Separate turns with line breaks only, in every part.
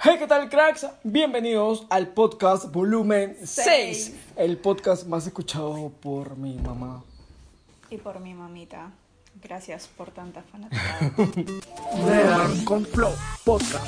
Hey, ¿qué tal, cracks? Bienvenidos al podcast volumen 6,
Seis.
el podcast más escuchado por mi mamá.
Y por mi mamita. Gracias por tanta fanaticada.
Con Flow Podcast.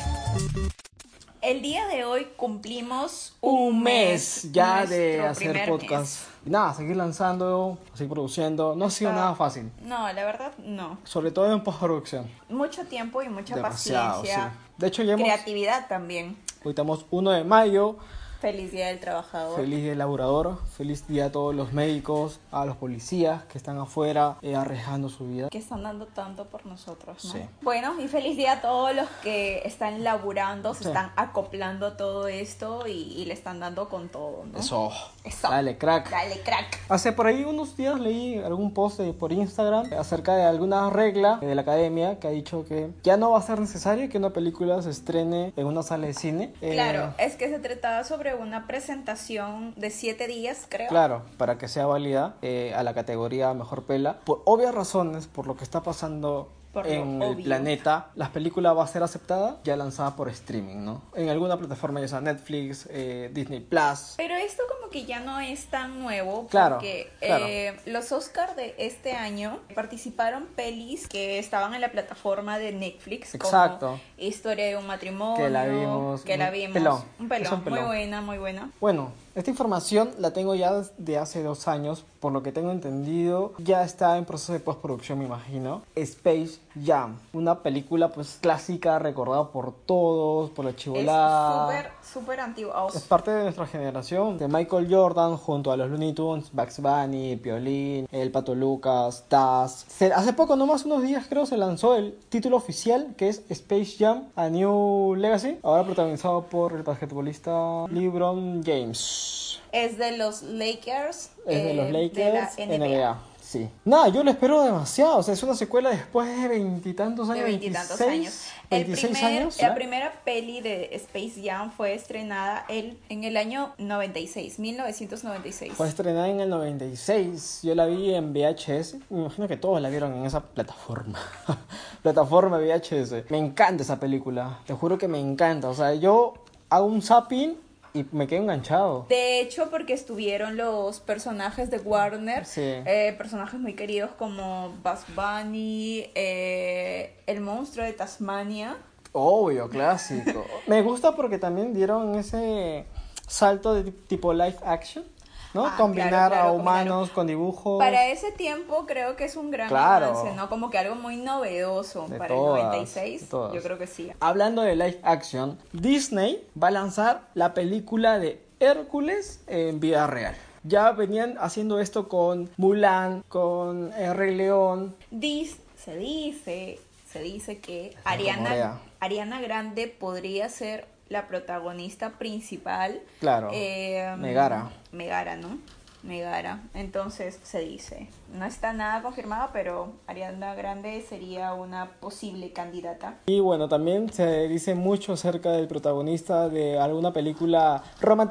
El día de hoy cumplimos
Un mes ya de
nuestro
hacer
primer
podcast. Y nada, seguir lanzando, seguir produciendo. No ha sido
Ah.
nada fácil,
mes. No, la verdad, no.
sobre todo en postproducción.
Mucho tiempo y mucha
Demasiado,
paciencia.
sí. De hecho, ya hemos,
Creatividad también.
hoy estamos 1 de mayo.
Feliz Día del Trabajador.
Feliz día del laborador, feliz día a todos los médicos, a los policías que están afuera eh, arriesgando su vida.
Que están dando tanto por nosotros, ¿no?
Sí.
Bueno, y feliz día a todos los que están laburando, se
Sí.
están acoplando a todo esto y, y le están dando con todo, ¿no?
Eso.
Eso.
Dale, crack.
Dale, crack.
Hace por ahí unos días leí algún post de- por Instagram acerca de alguna regla de la academia que ha dicho que ya no va a ser necesario que una película se estrene en una sala de cine. Eh,
Claro, es que se trataba sobre una presentación de siete días, creo.
Claro, para que sea válida eh, a la categoría mejor pela. Por obvias razones, por lo que está pasando
Por lo
en el
obvio.
planeta, la película va a ser aceptada ya lanzada por streaming, ¿no? En alguna plataforma, ya sea Netflix, eh, Disney Plus.
Pero esto como que ya no es tan nuevo
Claro,
porque
claro.
eh, los Oscars de este año participaron pelis que estaban en la plataforma de Netflix
Exacto.
como Historia de un matrimonio,
Que la vimos,
que la
un
vimos,
pelón,
un
es un pelón.
muy buena, muy buena.
Bueno, esta información la tengo ya de hace dos años, por lo que tengo entendido, ya está en proceso de postproducción, me imagino. Space Jam, una película pues clásica, recordada por todos, por la chivolada.
Es súper, súper antigua.
Es parte de nuestra generación, de Michael Jordan junto a los Looney Tunes, Bugs Bunny, Piolín, El Pato Lucas, Taz. Se- hace poco, nomás unos días creo, se lanzó el título oficial que es Space Jam A New Legacy, ahora protagonizado por el basquetbolista LeBron James.
Es de los Lakers.
Es de
eh,
los Lakers,
de la
NBA.
NBA.
Sí. Nada, yo lo espero demasiado. O sea, es una secuela después de veintitantos
de
años.
veintitantos
26,
años. El
26
primer-
años.
La
¿ya?
primera peli de Space Jam fue estrenada el- en el año 96, 1996.
Fue estrenada en el 96. Yo la vi en VHS. Me imagino que todos la vieron en esa plataforma. plataforma VHS. Me encanta esa película. Te juro que me encanta. O sea, yo hago un zapping y me quedo enganchado.
De hecho, porque estuvieron los personajes de Warner,
Sí.
eh, personajes muy queridos como Bugs Bunny, eh, el monstruo de Tasmania.
Obvio, clásico. me gusta porque también dieron ese salto de tip- tipo live action. ¿No?
Ah, claro,
combinar a
claro,
humanos
combinaron.
con dibujos.
Para ese tiempo creo que es un gran
Oh. Claro.
avance, ¿no? Como que algo muy novedoso
De
para
todas,
el
de
96.
todas.
Yo creo que sí.
Hablando de live action, Disney va a lanzar la película de Hércules en vida real. Ya venían haciendo esto con Mulan, con El Rey León.
Dis- se dice, se dice que
una
Ariana,
rumorea.
Ariana Grande podría ser la protagonista principal.
Claro,
Eh,
Megara.
Megara, ¿no? Megara. Entonces se dice. No está nada confirmado, pero Ariana Grande sería una posible candidata.
Y bueno, también se dice mucho acerca del protagonista de alguna película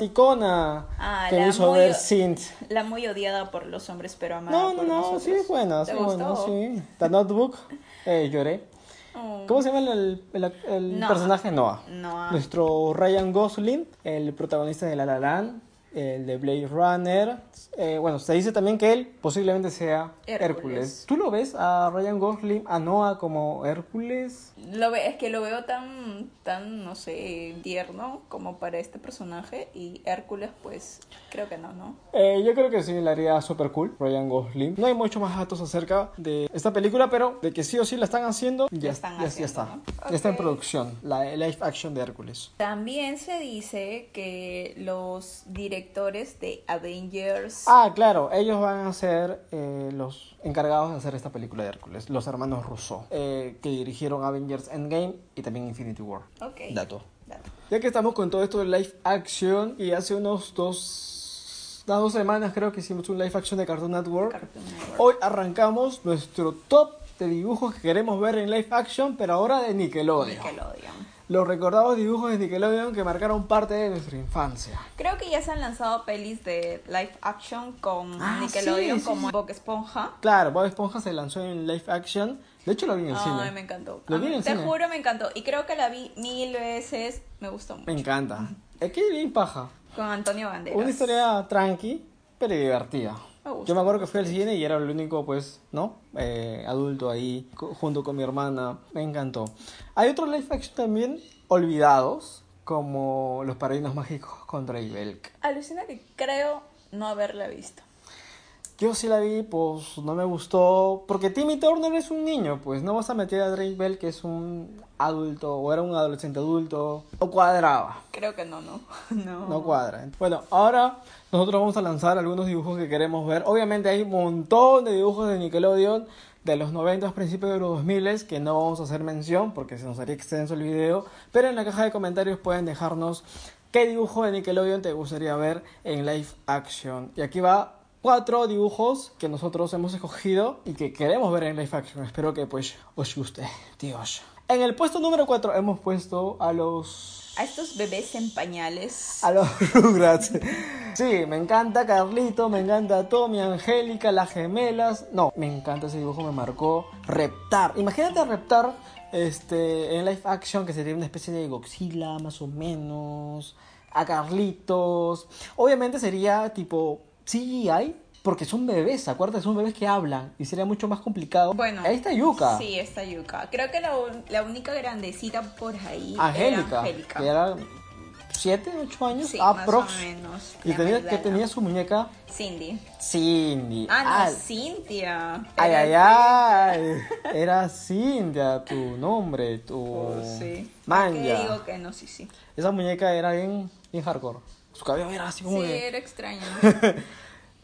romanticona
Ah,
que
la
hizo
muy-
ver Sint.
La muy odiada por los hombres, pero amada
No, no,
por
no,
nosotros.
sí es buena, sí
¿Te
es buena,
gustó?
sí. The Notebook, eh, lloré.
Oh.
¿Cómo se llama el, el- el
Noah.
personaje? Noah.
Noah.
Pues Nuestro Ryan Gosling, el protagonista de La La Land, el de Blade Runner. Eh, bueno, se dice también que él posiblemente sea Hércules.
Hércules.
¿Tú lo ves a Ryan Gosling, a Noah como Hércules?
Lo ve, es que lo veo tan, tan, no sé, tierno como para este personaje y Hércules, pues creo que no, ¿no?
Eh, yo creo que sí, la haría super cool, Ryan Gosling. No hay muchos más datos acerca de esta película, pero de que sí o sí la están haciendo, ya,
están
ya- ya
haciendo,
está.
¿no?
Ya está en
Ok.
producción, la live action de Hércules.
También se dice que los directores de Avengers...
Ah, claro, ellos van a ser eh, los encargados de hacer esta película de Hércules, los hermanos Russo, eh, que dirigieron Avengers Endgame y también Infinity War.
ok.
Dato.
dato.
Ya que estamos con todo esto de live action y hace unos dos, unas dos semanas creo que hicimos un live action de Cartoon Network.
Cartoon Network.
Hoy arrancamos nuestro top de dibujos que queremos ver en live action, pero ahora de Nickelodeon.
Nickelodeon.
Los recordados dibujos de Nickelodeon que marcaron parte de nuestra infancia.
Creo que ya se han lanzado pelis de live action con
Ah,
Nickelodeon
sí, sí,
como
sí.
Bob Esponja.
Claro, Bob Esponja se lanzó en live action De hecho, lo vi en el cine.
Ay, me encantó.
Lo
A
vi
mí-
en el
te
cine.
juro, me encantó. Y creo que la vi mil veces. Me gustó mucho.
Me encanta. Es que bien paja.
Con Antonio Banderas.
Una historia tranqui, pero divertida.
Me gusta.
Yo me acuerdo que fui al cine y era el único, pues, ¿no? Eh, adulto ahí, co- junto con mi hermana. Me encantó. Hay otros live action también olvidados, como Los Paraísos Mágicos contra Ibelk.
Alucina que creo no haberla visto.
Yo sí la vi, pues no me gustó. Porque Timmy Turner es un niño, pues no vas a meter a Drake Bell, que es un adulto, o era un adolescente adulto. No cuadraba,
Creo que no, no. No.
no cuadra. Bueno, ahora nosotros vamos a lanzar algunos dibujos que queremos ver. Obviamente hay un montón de dibujos de Nickelodeon de los 90, principios de los 2000 que no vamos a hacer mención porque se nos haría extenso el video. Pero en la caja de comentarios pueden dejarnos qué dibujo de Nickelodeon te gustaría ver en live action. Y aquí va cuatro dibujos que nosotros hemos escogido y que queremos ver en live action. Espero que pues os guste. Dios. En el puesto número 4 hemos puesto a los
A estos bebés en pañales.
a los Rugrats. Sí, me encanta Carlito, me encanta Tommy, Angélica, las gemelas. No, me encanta ese dibujo, me marcó. Reptar. Imagínate reptar este, en live action, que sería una especie de Godzilla, más o menos. A Carlitos. Obviamente sería tipo CGI, porque son bebés, acuérdate, son bebés que hablan. Y sería mucho más complicado.
Bueno.
Ahí está Yuka.
Sí, esta yuca. Creo que la, un- la única grandecita por ahí era
Angélica.
Angélica.
Que era 7, 8 años.
Sí, más
aprox.
o menos.
Y
La
tenía,
verdad,
que
la-
tenía su muñeca
Cindy.
Cindy.
Ah, no,
Ay,
Cintia.
ay,
Era-
ay, ay. Era Cintia, tu nombre, tu.
Oh, sí.
Manja.
¿Qué digo que no? Sí, sí.
Esa muñeca era bien, bien hardcore. Su cabello era así como
Sí,
que-
era extraño.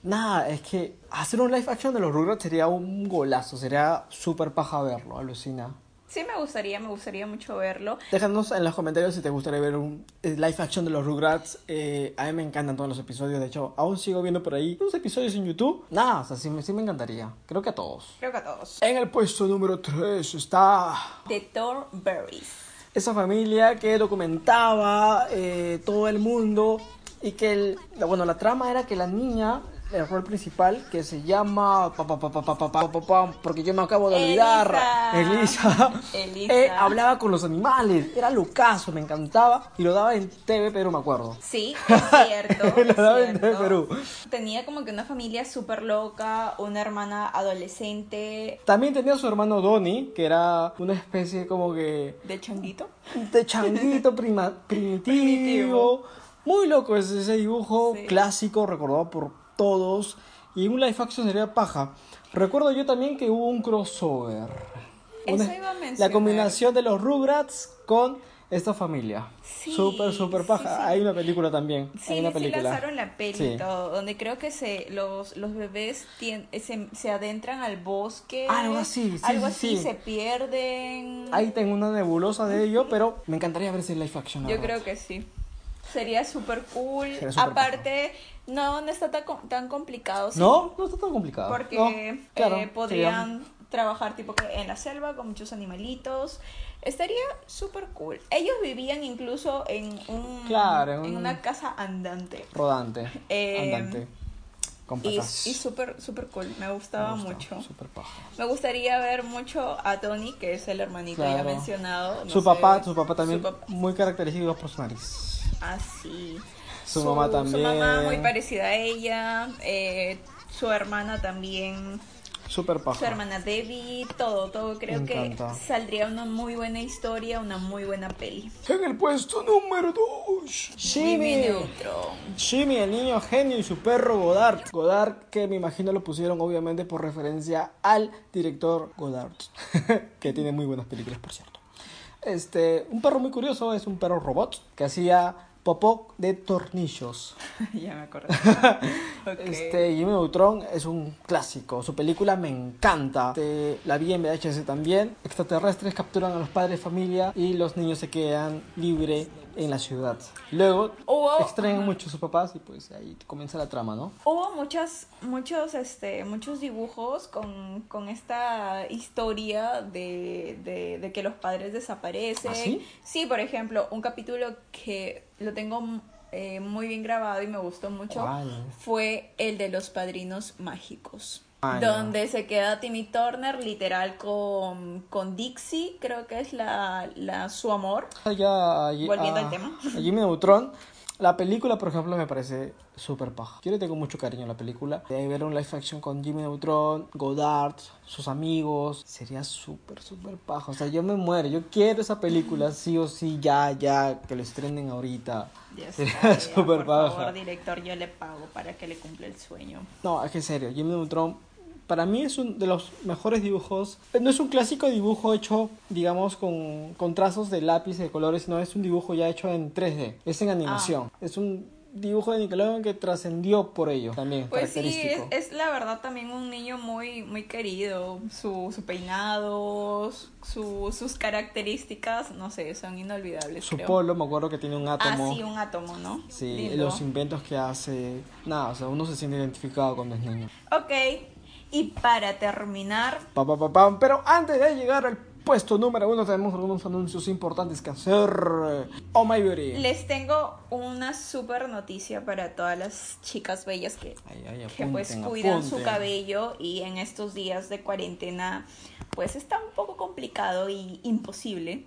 Nada, es que hacer un live action de los Rugrats sería un golazo. Sería súper paja verlo, alucina.
Sí, me gustaría, me gustaría mucho verlo.
Déjanos en los comentarios si te gustaría ver un eh, live action de los Rugrats. Eh, a mí me encantan todos los episodios. De hecho, aún sigo viendo por ahí unos episodios en YouTube. Nada, o sea, sí me- sí me encantaría. Creo que a todos.
Creo que a todos.
En el puesto número 3 está
The Thornberries.
esa familia que documentaba eh, todo el mundo y que, el- la- bueno, la trama era que la niña, el rol principal, que se llama, pa, pa, pa, pa, pa, pa, pa, pa, pa, porque yo me acabo de olvidar,
Elisa.
Elisa,
Elisa.
eh, hablaba con los animales, era Lucaso, me encantaba y lo daba en TV Perú, me acuerdo.
Sí, es cierto. es
Lo daban
cierto.
de Perú.
Tenía como que una familia súper loca, una hermana adolescente
También tenía a su hermano Donnie, que era una especie como que
de changuito.
de changuito prima- primitivo.
Primitivo.
Muy loco es ese dibujo
Sí.
clásico, recordado por todos. Y un live action sería paja. Recuerdo yo también que hubo un crossover.
Eso iba a mencionar.
La combinación de los Rugrats con esta familia.
Sí,
súper, súper paja.
sí, sí.
Hay una película también. Hay
Sí,
una
sí
película.
lanzaron la peli
Sí.
y todo, donde creo que se, los, los bebés tien- eh, se, se adentran al bosque.
Algo así, sí,
Algo
sí,
así,
sí.
se pierden.
Ahí tengo una nebulosa de ello, pero me encantaría ver ese live action. la
Yo
verdad.
creo que sí. Sería súper cool.
Sería súper
Aparte, no, no está tan, co- tan complicado. sí,
No, no está tan complicado.
Porque
No,
eh,
claro, sería-
podrían trabajar tipo que en la selva con muchos animalitos. Estaría súper cool. Ellos vivían incluso en, un,
Claro, en
en
un-
una casa andante.
Rodante.
Eh,
andante. Con
Y, y
patas.
súper, súper cool. Me
Me
gustaba
gusta,
mucho.
súper paja.
Me gustaría ver mucho a Tony, que es el hermanito ya
Claro.
mencionado. no
su
sé,
papá, su papá también
su papá.
muy característico por su nariz.
Así.
Su mamá
Su mamá
también.
muy parecida a ella. eh, su hermana también.
Súper paja.
Su hermana Debbie. Todo, todo. Creo
Me
que
encanta.
saldría una muy buena historia, una muy buena peli.
En el puesto número 2.
Jimmy
Jimmy.
Neutron.
Jimmy, el niño genio y su perro Godard. Godard que me imagino lo pusieron obviamente por referencia al director Godard. que tiene muy buenas películas, por cierto. Este, un perro muy curioso es un perro robot que hacía popó de tornillos.
ya me acordé. Ok.
Este, Jimmy Neutron es un clásico, su película me encanta. Este, la vi en VHS también. Extraterrestres capturan a los padres de familia y los niños se quedan libre en la ciudad. Luego
Hubo-
extraen mucho a sus papás y pues ahí comienza la trama, ¿no?
Hubo muchas, muchos, este, muchos dibujos con, con esta historia de, de- de que los padres desaparecen.
¿Ah, sí?
por ejemplo, un capítulo que lo tengo eh, muy bien grabado y me gustó mucho
¿Cuál?
fue el de los padrinos mágicos.
Ah, ya.
donde se queda Timmy Turner literal con, con Dixie, creo que es la, la su amor.
Ah, Ya, ya-
Volviendo
a-
al tema.
a Jimmy Neutron. La película, por ejemplo, me parece súper paja. Yo le tengo mucho cariño a la película. De ver un live action con Jimmy Neutron, Godard, sus amigos, sería súper, súper paja. O sea, yo me muero. Yo quiero esa película, sí o sí, ya, ya, que lo estrenen ahorita.
Ya
Sería
sabe,
súper
por
paja.
favor, director, yo le pago para que le cumpla el sueño.
No, es que en serio, Jimmy Neutron para mí es uno de los mejores dibujos. Eh, No es un clásico dibujo hecho, digamos, con, con trazos de lápiz de colores, no, es un dibujo ya hecho en 3D, es en animación.
Ah.
Es un dibujo de Nickelodeon que trascendió por ello también,
Pues sí, es,
característico.
es la verdad también un niño muy, muy querido. Su, su peinado, su- sus características, no sé, son inolvidables.
Su
creo.
polo, me acuerdo que tiene un átomo.
Ah, sí, un átomo, ¿no?
Sí,
Lindo.
los inventos que hace. Nada, o sea, uno se siente identificado cuando es niño.
Ok, y para terminar,
Pa, pa, pa, pam. Pero antes de llegar al puesto número uno, tenemos algunos anuncios importantes que hacer. Oh my beauty.
les tengo una super noticia para todas las chicas bellas que
Ay, ay,
que pues
apunten,
cuidan su
apunten.
cabello y en estos días de cuarentena pues está un poco complicado y imposible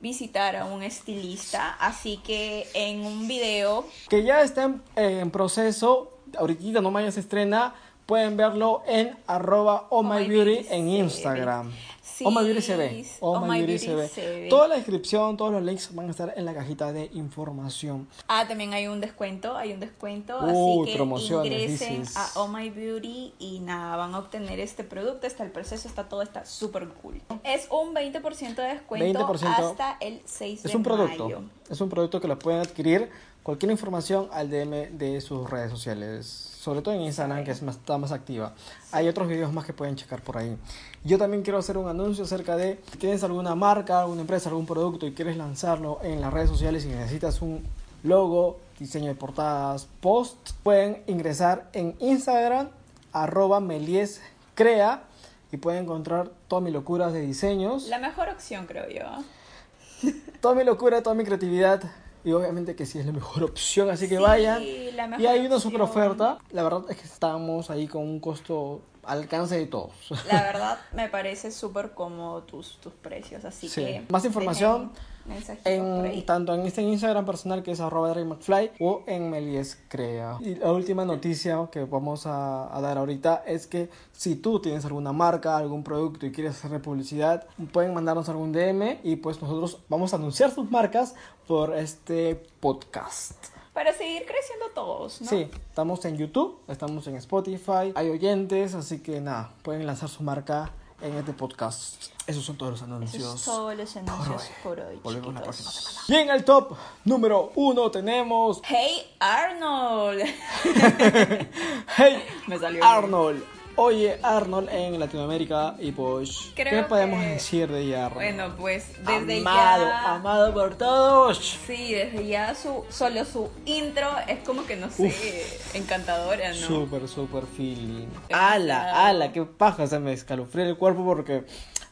visitar a un estilista así que en un video
Que ya está en, en proceso, ahorita nomás ya se estrena, pueden verlo en arroba oh my beauty en
se
Instagram.
ve.
Oh my beauty se ve.
Sí,
Oh my beauty se ve. Toda la descripción, todos los links van a estar en la cajita de información.
Ah, también hay un descuento, hay un descuento,
Uy,
así que
promociones,
ingresen
dices.
a Oh My Beauty y nada, van a obtener este producto, está el proceso, está todo, está súper cool. Es un 20% de descuento
20%.
hasta el 6 de
Es un producto.
mayo.
Es un producto que lo pueden adquirir. Cualquier información al DM de sus redes sociales. Sobre todo en Instagram, que es más, está más activa. Hay otros videos más que pueden checar por ahí. Yo también quiero hacer un anuncio acerca de si tienes alguna marca, alguna empresa, algún producto y quieres lanzarlo en las redes sociales y necesitas un logo, diseño de portadas, post, pueden ingresar en Instagram, arroba meliescrea y pueden encontrar todas mis locuras de diseños.
La mejor opción creo yo. ¿ah?
Toda mi locura, toda mi creatividad. Y obviamente que sí es la mejor opción, así que
Sí,
vayan.
la mejor
Y hay una
opción.
super oferta. La verdad es que estamos ahí con un costo al alcance de todos.
La verdad me parece súper cómodo tus, tus precios, así
Sí.
que...
Más información
dejen mensajitos por ahí.
En, tanto en este Instagram personal que es arroba Drake McFly o en Melies Crea. Y la última noticia que vamos a, a dar ahorita es que si tú tienes alguna marca, algún producto y quieres hacer publicidad, pueden mandarnos algún DM y pues nosotros vamos a anunciar sus marcas por este podcast.
Para seguir creciendo todos, ¿no?
Sí, estamos en YouTube, estamos en Spotify, hay oyentes, así que nada, pueden lanzar su marca en este podcast. Esos son todos los
Eso
anuncios.
es todo los anuncios por hoy,
Volvemos la
chiquitos.
próxima semana. Y en el top número uno tenemos
Hey Arnold.
Hey
Me salió bien.
Arnold. Oye Arnold en Latinoamérica y pues
Creo
¿qué podemos
que-
decir de Arnold?
Bueno, pues desde
amado,
ya.
amado por todos.
Sí, desde ya su, solo su intro es como que no sé, encantadora, ¿no?
Súper, súper feeling.
Demasiado.
Ala, ala, qué paja. O sea, me escalofría el cuerpo porque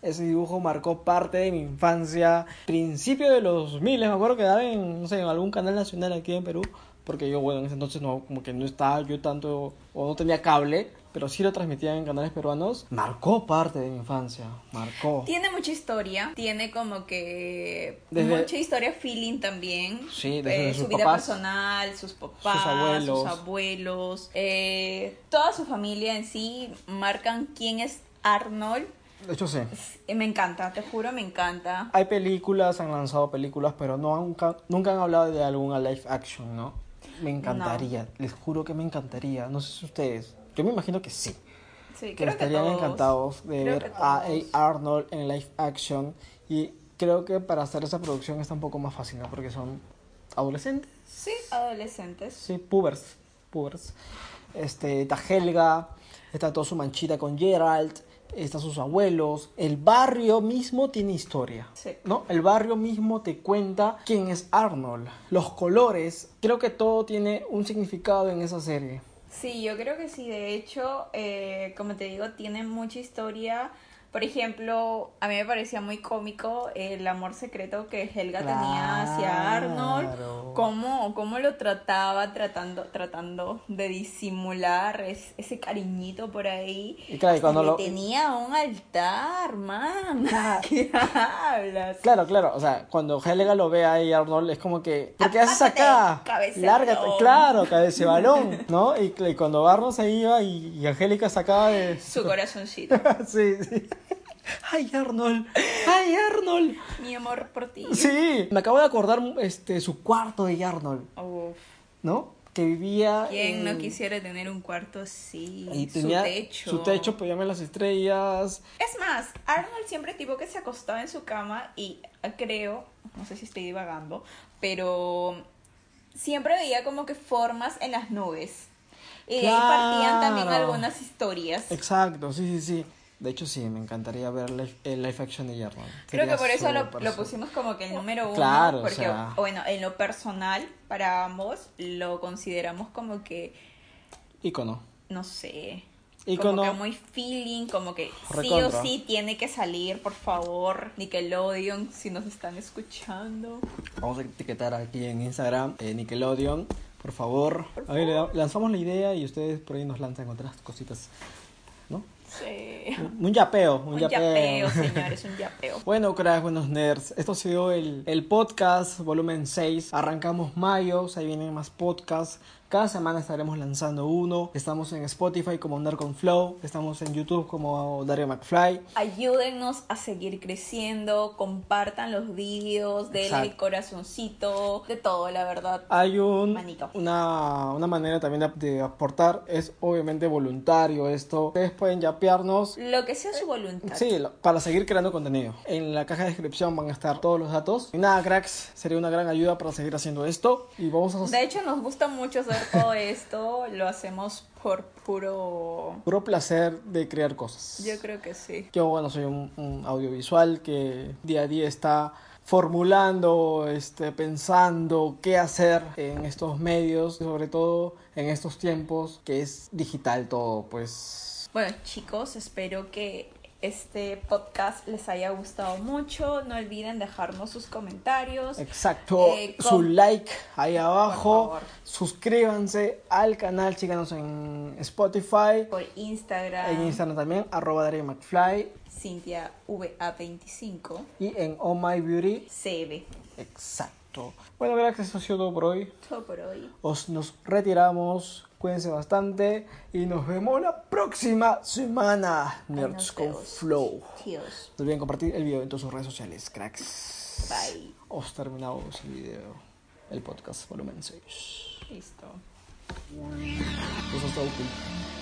ese dibujo marcó parte de mi infancia. Principio de los 2000, me acuerdo que daba en, no sé, en algún canal nacional aquí en Perú. Porque yo, bueno, en ese entonces no, como que no estaba yo tanto, o no tenía cable, pero sí lo transmitían en canales peruanos. Marcó parte de mi infancia, marcó.
Tiene mucha historia, tiene como que
Desde-
mucha historia feeling también. eh,
Sí, desde
su
sus
vida
papás.
personal, sus papás,
Sus
sus
abuelos.
abuelos, eh, toda su familia en sí marcan quién es Arnold.
De hecho, sí.
Eh, Me encanta, te juro, me encanta.
Hay películas, han lanzado películas, pero no han- nunca, nunca han hablado de alguna live action, ¿no? Me encantaría, les juro que me encantaría. No sé si ustedes, yo me imagino que sí.
Sí,
Que
creo que
estarían
todos.
encantados de
Creo que
ver a
todos.
A. Arnold en live action. Y creo que para hacer esa producción está un poco más fácil, ¿no? Porque son adolescentes,
Sí, adolescentes.
sí, pubers. pubers. Este, está Helga, está toda su manchita con Gerald, están sus abuelos. El barrio mismo tiene historia.
Sí.
¿no? El barrio mismo te cuenta quién es Arnold, los colores. Creo que todo tiene un significado en esa serie.
Sí, yo creo que sí. De hecho, eh, como te digo, tiene mucha historia. Por ejemplo, a mí me parecía muy cómico el amor secreto que Helga tenía hacia Arnold,
Claro.
cómo, cómo lo trataba tratando, tratando de disimular es- ese cariñito por ahí.
Y claro, y cuando
Le
lo- Ah.
tenía un altar, man. ¿Qué hablas?
Claro, claro, o sea, cuando Helga lo ve ahí Arnold es como que, ¿por qué haces
Apártate,
acá?
cabeza de
Lárgate,
balón.
claro, cabeza de balón, ¿no? Y, y cuando Arnold se iba y, y Angélica sacaba de...
Su corazoncito.
sí, sí. ¡Ay, Arnold! ¡Ay, Arnold!
Mi amor por ti.
Sí, me acabo de acordar este, su cuarto de Arnold,
Uf.
¿no? Que vivía...
¿Quién no
en-
quisiera tener un cuarto así?
Y tenía
su techo.
Su techo, pues llaman las estrellas.
Es más, Arnold siempre tipo que se acostaba en su cama y eh, creo, no sé si estoy divagando, pero siempre veía como que formas en las nubes. Y de ahí partían también
Claro.
algunas historias.
Exacto, sí, sí, sí. De hecho, sí, me encantaría ver live- el live action de Arnold.
Creo
Sería
que por eso lo,
súper,
lo
súper.
pusimos como que el número uno.
Claro, o
porque,
sea.
bueno, en lo personal, para ambos, lo consideramos como que,
Ícono.
no sé,
Ícono.
como que muy feeling, como que sí
Recontra.
o sí tiene que salir, por favor, Nickelodeon, si nos están escuchando.
Vamos a etiquetar aquí en Instagram eh, Nickelodeon. Por favor. Ahí le da- lanzamos la idea y ustedes por ahí nos lanzan otras cositas. ¿No?
Sí.
Un un yapeo. Un,
Un
yapeo.
yapeo, señores, un yapeo.
Bueno, cracks, buenos nerds. Esto ha sido el, el podcast volumen 6. Arrancamos mayo, ahí vienen más podcasts. Cada semana estaremos lanzando uno. Estamos en Spotify como Nerd con Flow. Estamos en YouTube como Dario McFly.
Ayúdennos a seguir creciendo, compartan los vídeos, denle
Exacto. Ah.
corazoncito, de todo, la verdad.
Hay un,
Manito.
una, una manera también de, de aportar. Es obviamente voluntario esto. Ustedes pueden yapearnos.
Lo que sea su voluntad.
Sí, lo- para seguir creando contenido. En la caja de descripción van a estar todos los datos. Y nada, cracks, sería una gran ayuda para seguir haciendo esto. Y vamos a
De hecho, nos gusta mucho hacer todo esto, lo hacemos por puro...
puro placer de crear cosas.
Yo creo que sí.
Yo, bueno, soy un, un audiovisual que día a día está formulando, este, pensando qué hacer en estos medios, sobre todo en estos tiempos que es digital todo, pues.
Bueno, chicos, espero que este podcast les haya gustado mucho. No olviden dejarnos sus comentarios.
Exacto.
Eh,
Su
com-
like ahí abajo.
favor.
Suscríbanse al canal, síganos en Spotify,
Por Instagram,
en Instagram también, arroba Darío McFly
CintiaVA25,
y en Oh My Beauty.
CB.
Exacto. Bueno, gracias, eso ha sido todo por hoy.
Todo por hoy.
os nos retiramos. Cuídense bastante y nos vemos la próxima semana.
Ahí
Nerds
nos
con
vemos.
Flow.
Dios.
No olviden compartir el video en todas sus redes sociales, cracks.
Bye.
Os terminamos el video, el podcast volumen 6.
Listo.
Eso es todo.